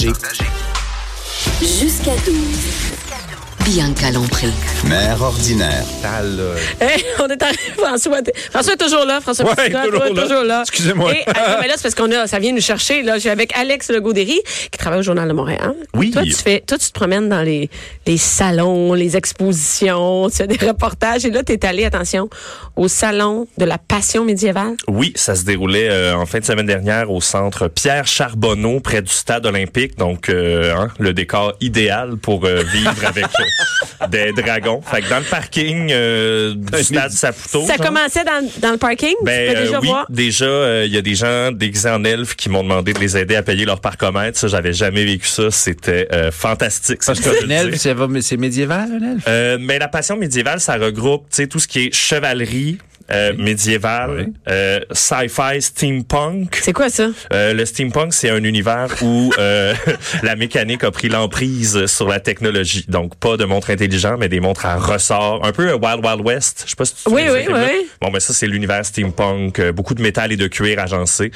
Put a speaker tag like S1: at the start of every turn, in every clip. S1: Jusqu'à 12. Bianca Lompré.
S2: Mère ordinaire.
S3: Tal, euh,
S4: Hey, on est arrivé, François. t- François est toujours là, François
S3: Ouais,
S4: Petit-Gars,
S3: toujours
S4: toi,
S3: là. Excusez-moi.
S4: Et, ah, non, mais là, c'est parce qu'on a, ça vient nous chercher. Là, je suis avec Alex Legaudéry, qui travaille au Journal de Montréal.
S3: Oui.
S4: Toi, tu fais, toi, tu te promènes dans les, les salons, les expositions, tu fais des reportages. Et là, tu es allé, attention, au salon de la passion médiévale.
S3: Oui, ça se déroulait euh, en fin de semaine dernière au centre Pierre Charbonneau, près du stade olympique. Donc, euh, hein, le décor idéal pour euh, vivre avec euh, des dragons. Fait que dans le parking euh, du stade Saputo.
S4: ça
S3: genre,
S4: commençait dans, dans le parking. tu
S3: Ben,
S4: peux
S3: euh,
S4: déjà
S3: oui,
S4: voir.
S3: déjà, euh, il y a des gens déguisés en elfes qui m'ont demandé de les aider à payer leur parcomètre. Ça, j'avais jamais vécu ça. C'était euh, fantastique. c'est
S4: Ah,
S5: Parce
S3: ce que je
S5: qu'un
S3: veux
S5: elfe,
S3: dire.
S5: c'est va- mais c'est médiéval, un elfe?
S3: Euh, mais la passion médiévale, ça regroupe tu sais, tout ce qui est chevalerie. euh, médiévale, euh, sci-fi, steampunk.
S4: C'est quoi ça?
S3: Euh, le steampunk, c'est un univers où euh, la mécanique a pris l'emprise sur la technologie. Donc, pas de montres intelligentes, mais des montres à ressort. Un peu euh, Wild Wild West. Je sais pas si tu te
S4: Oui,
S3: souviens de
S4: oui,
S3: ce film-là.
S4: oui.
S3: Bon, ben ça, c'est l'univers steampunk. euh, beaucoup de métal et de cuir agencé.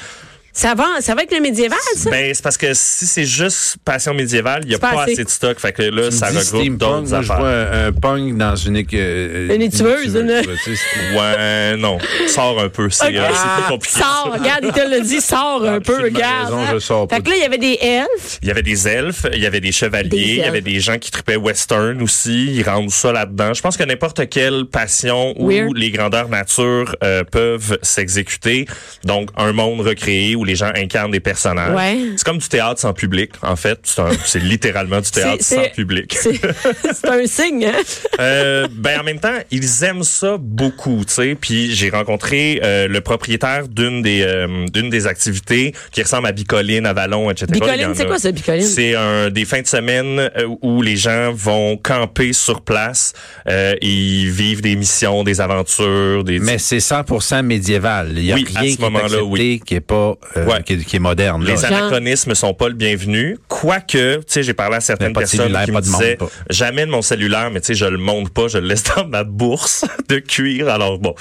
S4: Ça va, ça va avec le médiéval, ça?
S3: Ben, c'est parce que si c'est juste passion médiévale, il n'y a
S4: C'est pas
S3: pas
S4: assez.
S3: assez de stock. Fait que là,
S5: Tu
S3: ça
S5: me dis
S3: regroupe
S5: steampunk,
S3: d'autres
S5: moi, je vois
S3: affaires.
S5: un, un punk dans une... éque- euh,
S4: Une étuveuse, une-
S5: tu vois, tu sais, c'est-
S3: Ouais, non. Sors un peu. C'est
S4: Ok. Ah.
S3: euh, c'est plus compliqué.
S4: Sors, regarde, il te le dit, sors un peu,
S5: absolument
S4: regarde. hein?
S5: raison, je sors pas
S4: Fait que là, il y avait des elfes.
S3: Il y avait des elfes, il y avait des chevaliers,
S4: Des
S3: il y avait
S4: elfes.
S3: des gens qui tripaient western aussi. Ils rendent ça là-dedans. Je pense que n'importe quelle passion où
S4: Weird.
S3: les grandeurs nature euh, peuvent s'exécuter. Donc, un monde recréé où les gens incarnent des personnages.
S4: Ouais.
S3: C'est comme du théâtre sans public, en fait. C'est un- c'est littéralement du théâtre
S4: C'est-
S3: sans
S4: c'est-
S3: public.
S4: C'est c'est un signe, hein?
S3: Euh, ben en même temps, ils aiment ça beaucoup, tu sais. Puis j'ai rencontré euh, le propriétaire d'une des euh, d'une des activités qui ressemble à Bicoline, à Vallon, etc. Il y en
S4: Bicoline, c'est
S3: a.
S4: quoi ça, Bicoline?
S3: C'est un des fins de semaine euh, où les gens vont camper sur place. Euh, ils vivent des missions, des aventures, des
S5: Mais c'est 100 médiéval. Il n'y a
S3: Oui, à
S5: rien
S3: ce
S5: qui est
S3: moment-là,
S5: accepté,
S3: oui.
S5: qui est pas, euh,
S3: Ouais.
S5: qui, est, qui est moderne. là.
S3: les anachronismes sont pas le bienvenu. Quoique, tu sais, j'ai parlé à certaines
S5: Mais pas de
S3: personnes
S5: cellulaire,
S3: qui me
S5: pas de montre,
S3: disaient,
S5: pas.
S3: j'amène mon cellulaire, mais tu sais, je le monte pas, je le laisse dans ma bourse de cuir. Alors bon,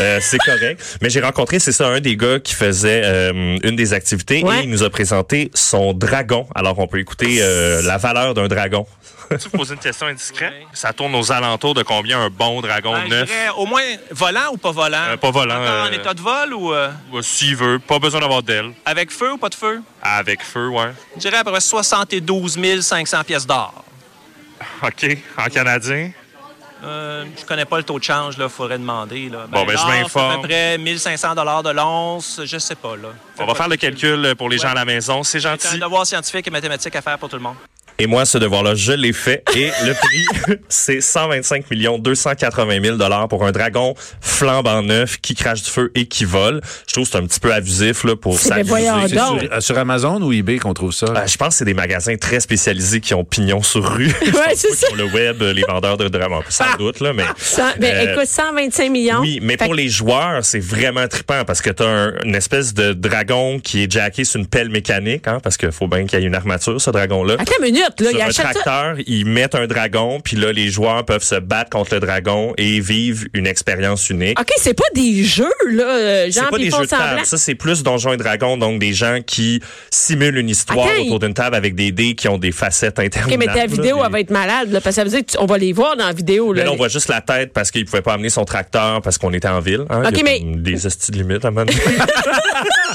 S3: euh, c'est correct. Mais j'ai rencontré, c'est ça, un des gars qui faisait euh, une des activités
S4: Ouais.
S3: et il nous a présenté son dragon. Alors on peut écouter euh, la valeur d'un dragon. Tu poses une question indiscrète. Ça tourne aux alentours de combien un bon dragon
S6: Ben, je dirais, au moins volant ou pas volant?
S3: Euh, pas volant,
S6: Encore
S3: euh,
S6: en état de vol ou euh,
S3: S'il veut, pas besoin d'avoir d'elle.
S6: avec feu ou pas de feu?
S3: Avec feu, ouais.
S6: Je dirais à peu près 72 500 pièces d'or.
S3: OK. En canadien.
S6: Euh, je connais pas le taux de change, là, faudrait demander. Là.
S3: Bon, ben, je
S6: l'or,
S3: m'informe.
S6: c'est à peu près 1500 dollars de l'once, je sais pas, là.
S3: On va faire le calcul pour les gens à la maison. C'est
S6: C'est un
S3: gentil.
S6: devoir scientifique et mathématique à faire pour tout le monde.
S3: Et moi, ce devoir-là, je l'ai fait. Et le prix, c'est 125 millions 280 000 dollars pour un dragon flambant neuf qui crache du feu et qui vole. Je trouve que c'est un petit peu abusif là, pour
S4: Mais voyons
S3: s'amuser.
S5: C'est
S4: Ah, donc.
S5: sur, sur Amazon ou eBay qu'on trouve ça?
S3: Euh, je pense que c'est des magasins très spécialisés qui ont pignon sur rue.
S4: Ouais, c'est ça. Ah.
S3: Sur le web, euh, les vendeurs de dragons. Sans doute, là, mais...
S4: Ça, ben,
S3: Euh,
S4: elle coûte 125 millions.
S3: Oui, mais
S4: Fait
S3: pour
S4: que
S3: les joueurs, c'est vraiment trippant parce que t'as un- une espèce de dragon qui est jacké sur une pelle mécanique, hein, parce qu'il faut bien qu'il y ait une armature, ce dragon-là.
S4: Attends une minute, là, il
S3: Sur un
S4: achète ça.
S3: tracteur, ils mettent un dragon, puis là, les joueurs peuvent se battre contre le dragon et vivre une expérience unique.
S4: OK, c'est pas des jeux, là. euh,
S3: C'est
S4: Genre,
S3: pas
S4: puis
S3: des
S4: ils font
S3: jeux de
S4: semblant.
S3: table, ça c'est plus Donjons et Dragons, donc des gens qui simulent une histoire
S4: Attends,
S3: autour
S4: il-
S3: d'une table avec des dés qui ont des facettes
S4: OK,
S3: interminables.
S4: mais ta vidéo,
S3: là,
S4: elle va être malade, là, parce que ça veut dire qu'on va les voir dans la vidéo, là.
S3: Mais là, on voit juste la tête parce qu'il pouvait pas amener son tracteur parce qu'on était en ville. Hein?
S4: Ok,
S3: Il y a
S4: mais-
S3: comme Des hosties de limites à un moment donné.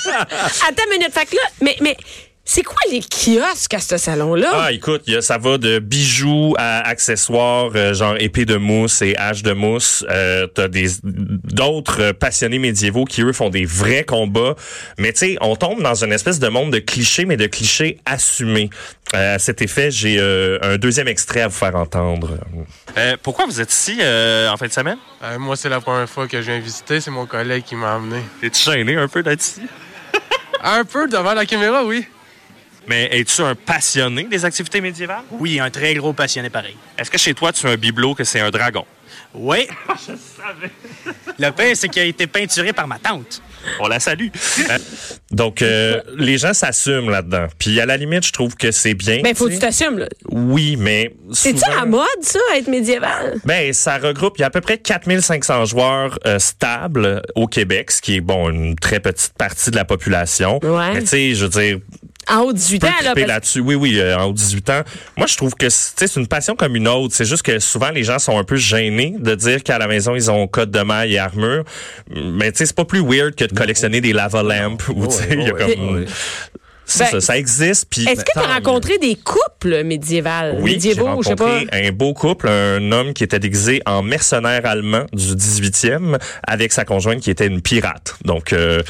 S4: Attends une minute, fait que là, mais, mais c'est quoi les kiosques à ce salon-là?
S3: Ah, écoute, il y a- ça va de bijoux à accessoires, euh, genre épée de mousse et hache de mousse. Euh, T'as des d'autres euh, passionnés médiévaux qui eux font des vrais combats. Mais tu sais, on tombe dans une espèce de monde de clichés, mais de clichés assumés. Euh, à cet effet, j'ai euh, un deuxième extrait à vous faire entendre. Euh, pourquoi vous êtes ici en fin de semaine?
S7: Euh, moi, c'est la première fois que je viens visiter. C'est mon collègue qui m'a amené.
S3: T'es-tu gêné un peu d'être ici?
S7: Un peu devant la caméra, oui.
S3: Mais es-tu un passionné des activités médiévales?
S2: Oui, un très gros passionné pareil.
S3: Est-ce que chez toi, tu as un bibelot que c'est un dragon?
S2: Oui. Je savais. Le pire, c'est qu'il a été peinturé par ma tante.
S3: On la salue. Euh, donc, euh, les gens s'assument là-dedans. Puis à la limite, je trouve que c'est bien.
S4: Ben, faut que
S3: tu
S4: tu
S3: sais.
S4: t'assumes, là.
S3: Oui, mais
S4: C'est-tu
S3: souvent-
S4: à mode, ça, être médiéval?
S3: Ben, ça regroupe, il y a à peu près 4500 joueurs euh, stables au Québec, ce qui est, bon, une très petite partie de la population.
S4: Ouais.
S3: Mais tu sais, je veux dire,
S4: En haut de 18 ans,
S3: peut
S4: là.
S3: triper
S4: parce-
S3: là-dessus. Oui, oui, euh, en haut de 18 ans. Moi, je trouve que c'est tu sais, c'est une passion comme une autre. C'est juste que souvent, les gens sont un peu gênés de dire qu'à la maison, ils ont code de maille et armure. Mais tu sais, c'est pas plus weird que de collectionner des lava lamps. Ou, tu sais, il y a
S5: ouais,
S3: comme...
S5: ouais.
S3: C'est
S4: Ben,
S3: ça, ça existe. puis-
S4: Est-ce que tu as rencontré des couples médiévals?
S3: oui, j'ai
S4: médiévaux, je sais pas.
S3: rencontré un beau couple, un homme qui était déguisé en mercenaire allemand du 18e avec sa conjointe qui était une pirate. Donc, euh,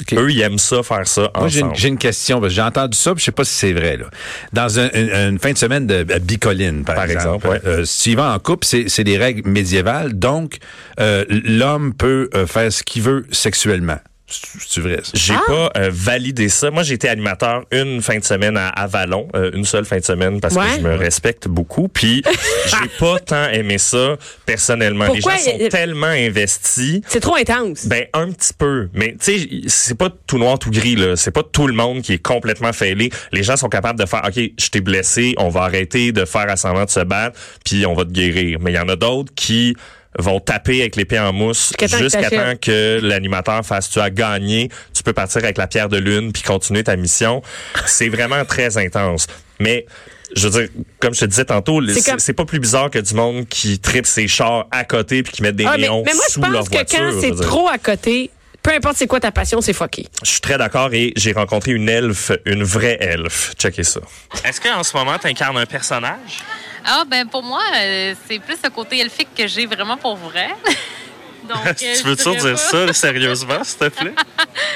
S5: OK.
S3: eux, ils aiment ça, faire Ah, ça
S5: Moi, j'ai
S3: ensemble.
S5: une, j'ai une question, parce que j'ai entendu ça, puis je sais pas si c'est vrai. Là. Dans un- une, une fin de semaine de à bicoline, par,
S3: Par exemple, ouais.
S5: euh, s'il va en couple, c'est c'est des règles médiévales, donc euh, l'homme peut euh, faire ce qu'il veut sexuellement. C'est c'est vrai. ça?
S4: Ah!
S3: J'ai pas euh, validé ça. Moi, j'ai été animateur une fin de semaine à Avalon, euh, une seule fin de semaine parce
S4: Ouais.
S3: que je me respecte beaucoup. Puis j'ai pas tant aimé ça personnellement.
S4: Pourquoi
S3: Les gens sont
S4: il-
S3: tellement investis.
S4: C'est trop intense.
S3: Ben un petit peu, mais tu sais, c'est pas tout noir tout gris là. C'est pas tout le monde qui est complètement fêlé. Les gens sont capables de faire, ok, je t'ai blessé, on va arrêter de faire à semblant de se battre, puis on va te guérir. Mais il y en a d'autres qui vont taper avec l'épée en mousse
S4: Jusqu'à temps que
S3: jusqu'à
S4: t'achèves.
S3: temps que l'animateur fasse tu as gagné, tu peux partir avec la pierre de lune puis continuer ta mission. C'est vraiment très intense. Mais je veux dire, comme je te disais tantôt, le-
S4: C'est
S3: c'est
S4: comme-
S3: c'est pas plus bizarre que du monde qui tripe ses chars à côté puis qui met des
S4: Ah, mais,
S3: néons
S4: mais moi, je
S3: sous leur
S4: pense que
S3: voiture.
S4: quand
S3: je
S4: c'est
S3: veux dire.
S4: trop à côté, peu importe c'est quoi ta passion, c'est fucké.
S3: Je suis très d'accord et j'ai rencontré une elfe, une vraie elfe. Checkez ça. Est-ce qu'en ce moment, tu incarnes un personnage?
S8: Ah, ben pour moi, euh, c'est plus le côté elfique que j'ai vraiment pour vrai. Donc, euh, je dirais pas-
S3: sérieusement, s'il te plaît?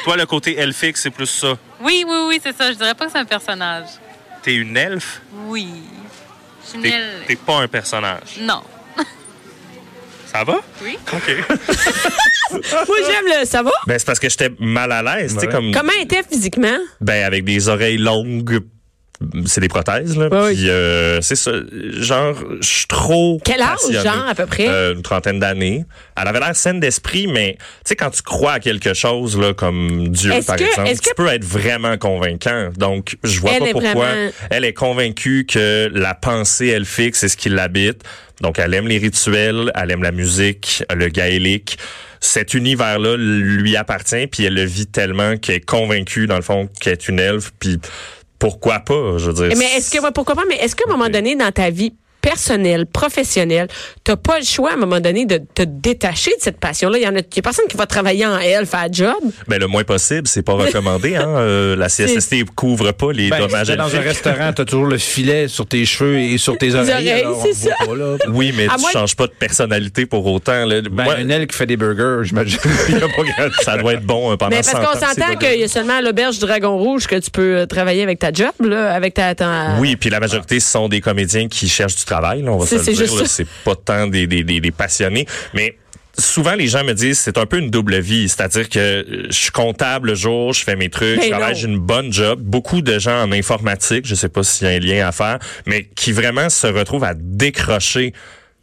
S3: Toi, le côté elfique, c'est plus ça.
S8: Oui, oui, oui, c'est ça. Je dirais pas que c'est un personnage.
S3: T'es une elfe,
S8: Oui. Je suis une
S3: t'es
S8: elfe.
S3: t'es pas un personnage.
S8: Non.
S3: Ça va?
S8: Oui.
S3: OK.
S4: Moi, j'aime le. Ça va?
S3: ben, c'est parce que j'étais mal à l'aise, tu sais,
S5: Ouais.
S3: comme...
S4: Comment était physiquement?
S3: Ben, avec des oreilles longues... C'est des prothèses, là.
S4: Ouais,
S3: Puis, euh, c'est ça. Genre, je suis trop.
S4: Quel âge,
S3: passionné.
S4: genre, à peu près?
S3: Euh, une trentaine d'années. Elle avait l'air saine d'esprit, mais tu sais, quand tu crois à quelque chose, là, comme Dieu,
S4: Est-ce
S3: par
S4: que-
S3: exemple,
S4: est-ce
S3: tu
S4: que-
S3: peux être vraiment convaincant. Donc, je vois
S4: Elle
S3: pas
S4: est
S3: pourquoi.
S4: vraiment-
S3: Elle est convaincue que la pensée, elle fixe, c'est ce qui l'habite. Donc, elle aime les rituels, elle aime la musique, le gaélique. Cet univers-là lui appartient, puis elle le vit tellement qu'elle est convaincue, dans le fond, qu'elle est une elfe, puis pourquoi pas, je veux dire.
S4: Eh, Mais est-ce que, ouais, pourquoi pas, mais est-ce qu'à un moment donné, dans ta vie personnelle, professionnelle, t'as pas le choix à un moment donné de te détacher de cette passion-là? Il y en a, il y a personne qui va travailler en elle, faire un job.
S3: Ben, le moins possible, c'est pas recommandé. Hein? Euh, la CSST couvre pas les
S5: Ben,
S3: dommages
S5: si t'es dans un
S3: elfiques.
S5: restaurant, t'as toujours le filet sur tes cheveux et sur tes oreilles.
S4: oreilles,
S5: alors on
S4: c'est
S5: te voit
S4: ça.
S5: pas, là.
S3: Oui, mais
S4: À
S3: tu
S4: moins-
S3: changes pas de personnalité pour autant. Là.
S5: Ben,
S3: Moi,
S5: un aile qui fait des burgers, j'imagine. Il y a pas grand-
S3: ça doit être bon euh, pendant
S4: Mais parce
S3: 100
S4: qu'on
S3: ans, c'est
S4: s'entend
S3: pas
S4: qu'il y a seulement à l'auberge du Dragon Rouge que tu peux euh, travailler avec ta job, là, avec ta. ta-
S3: Oui, puis la majorité ce sont des comédiens qui cherchent du travail. Là, on va se
S4: Euh, Ah. C'est-
S3: le
S4: c'est
S3: dire.
S4: juste
S3: là.
S4: ça.
S3: C'est pas tant des, des, des, des passionnés, mais souvent les gens me disent c'est un peu une double vie, c'est-à-dire que euh, je suis comptable le jour, je fais mes trucs,
S4: Ben
S3: je travaille,
S4: non.
S3: j'ai une bonne job. Beaucoup de gens en informatique, je sais pas s'il y a un lien à faire, mais qui vraiment se retrouvent à décrocher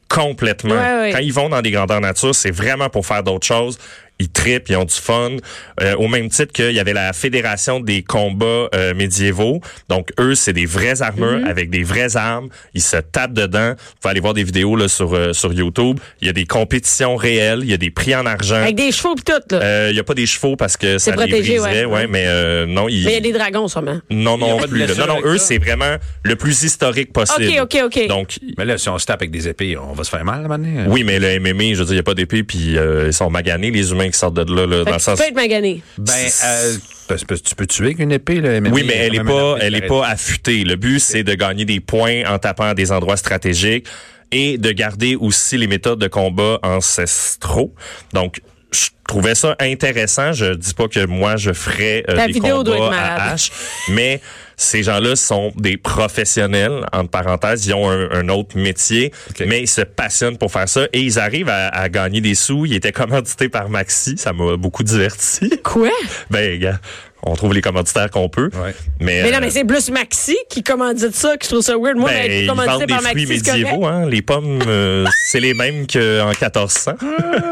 S3: complètement.
S4: Ouais, ouais.
S3: Quand ils vont dans des grandeurs nature, c'est vraiment pour faire d'autres choses. Ils tripent, ils ont du fun. Euh, au même titre qu'il y avait la Fédération des combats euh, médiévaux. Donc, eux, c'est des vrais armeurs
S4: Mm-hmm.
S3: avec des vraies armes. Ils se tapent dedans. Vous pouvez aller voir des vidéos là, sur, euh, sur YouTube. Il y a des compétitions réelles. Il y a des prix en argent.
S4: Avec des chevaux pis tout, là.
S3: hein. Euh, il n'y a pas des chevaux parce que ça
S4: protégé,
S3: les briserait.
S4: ouais.
S3: Ouais, mais euh, non, ils...
S4: mais il y a des dragons, sûrement.
S3: Non,
S5: Il y a
S3: non,
S5: pas de
S3: plus. là.
S5: blessure
S3: Non, non,
S5: avec
S3: eux,
S5: ça.
S3: c'est vraiment le plus historique possible.
S4: Ok, ok, ok.
S3: Donc,
S5: Mais là, si on se tape avec des épées, on va se faire mal, à un moment donné.
S4: euh,
S3: oui, mais le MMA, je veux dire, il n'y a pas d'épée, puis euh, ils sont maganés, les humains qui sortent de là, là
S4: Fait
S3: dans
S4: que
S3: le
S4: tu
S3: sens...
S4: peux être magané.
S5: Ben, euh, parce que tu peux tuer avec une épée, là.
S3: Oui, mais elle est
S5: est
S3: pas, elle est pas affûtée. Le but, c'est de gagner des points en tapant à des endroits stratégiques et de garder aussi les méthodes de combat ancestraux. Donc, je trouvais ça intéressant. Je dis pas que moi, je ferais euh,
S4: Ta
S3: des
S4: vidéo doit
S3: combats
S4: être malade.
S3: à hache, mais ces gens-là sont des professionnels, entre parenthèses. Ils ont un, un autre métier,
S5: Ok.
S3: mais ils se passionnent pour faire ça et ils arrivent à, à gagner des sous. Ils étaient commandités par Maxi. Ça m'a beaucoup diverti.
S4: Quoi?
S3: Ben, gars, on trouve les commanditaires qu'on peut.
S5: Ouais.
S3: Mais,
S4: Mais non,
S3: euh,
S4: mais c'est plus Maxi qui commandite ça, que je trouve ça weird. Moi,
S3: ben,
S4: être
S3: ils
S4: commandité
S3: vendent des
S4: par
S3: fruits
S4: Maxi, c'est correct.
S3: médiévaux, hein. Les pommes, euh, c'est les mêmes qu'en 1400.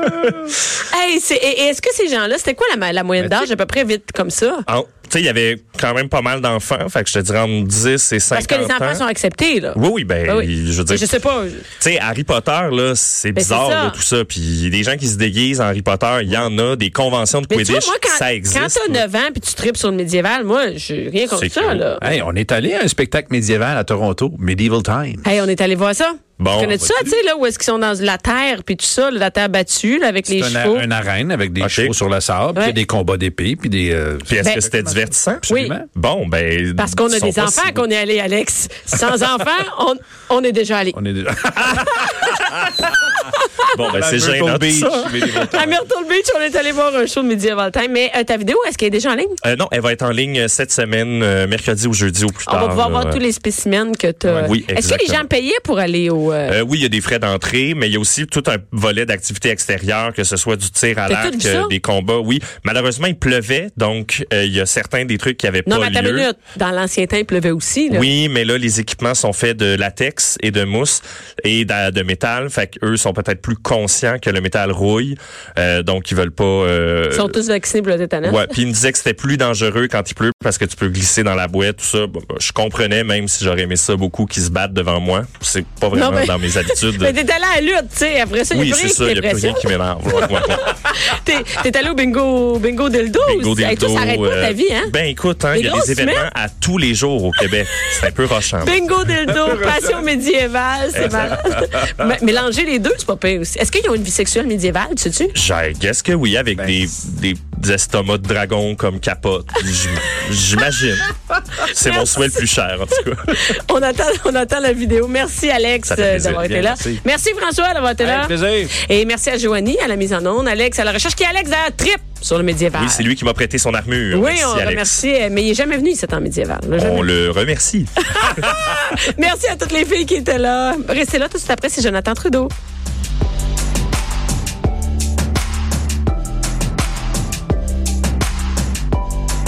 S3: hein.
S4: Hey, c'est- et- et est-ce que ces gens-là, c'était quoi la, ma- la
S3: Ben,
S4: moyenne d'âge à peu près vite comme ça?
S5: Ah!
S3: En- Tu sais, il y avait quand même pas mal d'enfants. Fait que je te dirais entre 10 et 50
S4: Parce que les enfants
S3: ans.
S4: sont acceptés, là.
S3: Oui, oui, ben,
S4: Ah oui.
S3: je veux dire,
S4: Je sais pas. je-
S3: Tu sais, Harry Potter, là, c'est
S4: Ben, c'est
S3: bizarre,
S4: ça.
S3: là, tout ça. Puis des gens qui se déguisent en Harry Potter, il y en a. Des conventions de
S4: Mais tu vois,
S3: Quidditch,
S4: moi, quand,
S3: ça
S4: quand
S3: existe.
S4: t'as 9 ans puis tu tripes sur le médiéval, moi, j'ai rien contre
S3: C'est Hein?
S4: ça,
S3: cool.
S4: là.
S5: Hey, on est allé à un spectacle médiéval à Toronto, Medieval Time.
S4: Hey, on est allé voir ça.
S3: Bon,
S4: tu connais ça,
S3: vas-y.
S4: tu sais, là, où est-ce qu'ils sont dans la terre puis tout ça, là, la terre battue, là, avec les
S5: C'est un a-
S4: chevaux.
S5: une arène avec des
S3: Ok.
S5: chevaux sur la sable, puis il y
S4: Ouais.
S5: a des combats d'épées, puis des. euh,
S3: Puis est-ce
S4: Ben,
S3: que c'était divertissant?
S4: Oui.
S3: Bon, ben.
S4: Parce qu'on a
S3: ils sont
S4: des
S3: pas
S4: enfants
S3: si-
S4: qu'on est allé, Alex. Sans enfants, on, on est déjà allé.
S5: on est déjà.
S4: Ah.
S3: Bon, ben, c'est
S5: Myrtle
S3: gênant.
S5: Beach,
S3: ça.
S5: Medieval Time.
S4: À Myrtle Beach, on est allé voir un show de Medieval Time. Mais euh, ta vidéo, est-ce qu'elle est déjà en ligne?
S3: Euh, non, elle va être en ligne euh, cette semaine, euh, mercredi ou jeudi au plus
S4: Ah, On
S3: tard.
S4: va pouvoir
S3: là.
S4: voir tous les spécimens que tu as.
S3: Ah, Oui,
S4: Est-ce que les
S3: exactement.
S4: gens payaient pour aller au. euh,
S3: Euh, oui, il y a des frais d'entrée, mais il y a aussi tout un volet d'activités extérieures, que ce soit du tir à
S4: T'as tout
S3: l'arc,
S4: vu ça?
S3: euh, des combats. Oui, malheureusement, il pleuvait, donc euh, il y a certains des trucs qui avaient
S4: non,
S3: pas
S4: mais à ta
S3: lieu.
S4: minute, dans l'ancien temps, il pleuvait aussi. Là.
S3: Oui, mais là, les équipements sont faits de latex et de mousse et de, de métal. Fait qu'eux sont peut-être plus conscients que le métal rouille. Euh, donc, ils veulent pas... euh,
S4: Ils sont tous vaccinés pour le tétanos.
S3: Ouais, puis il me disait que c'était plus dangereux quand il pleut parce que tu peux glisser dans la boîte, tout ça. Bon, ben, je comprenais, même si j'aurais aimé ça beaucoup, qu'ils se battent devant moi. C'est pas vraiment
S4: mais-
S3: dans mes habitudes.
S4: Mais t'es allé à la lutte, tu sais. Après ça, il n'y
S3: oui,
S4: a
S3: c'est
S4: plus
S3: ça, il
S4: rien
S3: n'y
S4: qui
S3: a plus rien qui m'énerve. Ouais, ouais, ouais.
S4: T'es t'es allé au bingo, bingo dildo.
S3: Bingo
S4: aussi. Hey,
S3: dildo,
S4: toi, ça arrête pas
S3: euh,
S4: ta vie, hein?
S3: Ben écoute, hein,
S4: Des
S3: il y a
S4: grosses
S3: des événements
S4: semaines.
S3: à tous les jours au Québec. C'est un peu rochant.
S4: Bingo
S3: ben,
S4: dildo, passion médiévale, c'est marrant. Mais- Mélanger les deux, c'est pas pire aussi. Est-ce qu'ils ont une vie sexuelle médiévale, tu sais-tu?
S3: Je guess que oui, avec des, des, des estomacs de dragon comme capote. J'im- J'imagine. C'est mon souhait le plus cher, en tout cas.
S4: On attend, on attend la vidéo. Merci, Alex,
S3: Ça fait
S4: euh,
S3: plaisir.
S4: d'avoir été
S5: Bien,
S4: là.
S5: merci.
S4: François, d'avoir été là.
S5: Avec plaisir.
S4: Et merci à Joanie, à la mise en onde, Alex, à la recherche, qui est Alex à Trip sur le médiéval.
S3: Oui, c'est lui qui m'a prêté son armure.
S4: Oui,
S3: Merci,
S4: on
S3: Alex.
S4: remercie, euh, mais il n'est jamais venu, cet temps médiéval. là, jamais.
S3: On le remercie.
S4: Merci à toutes les filles qui étaient là. Restez là tout de suite après, c'est Jonathan Trudeau.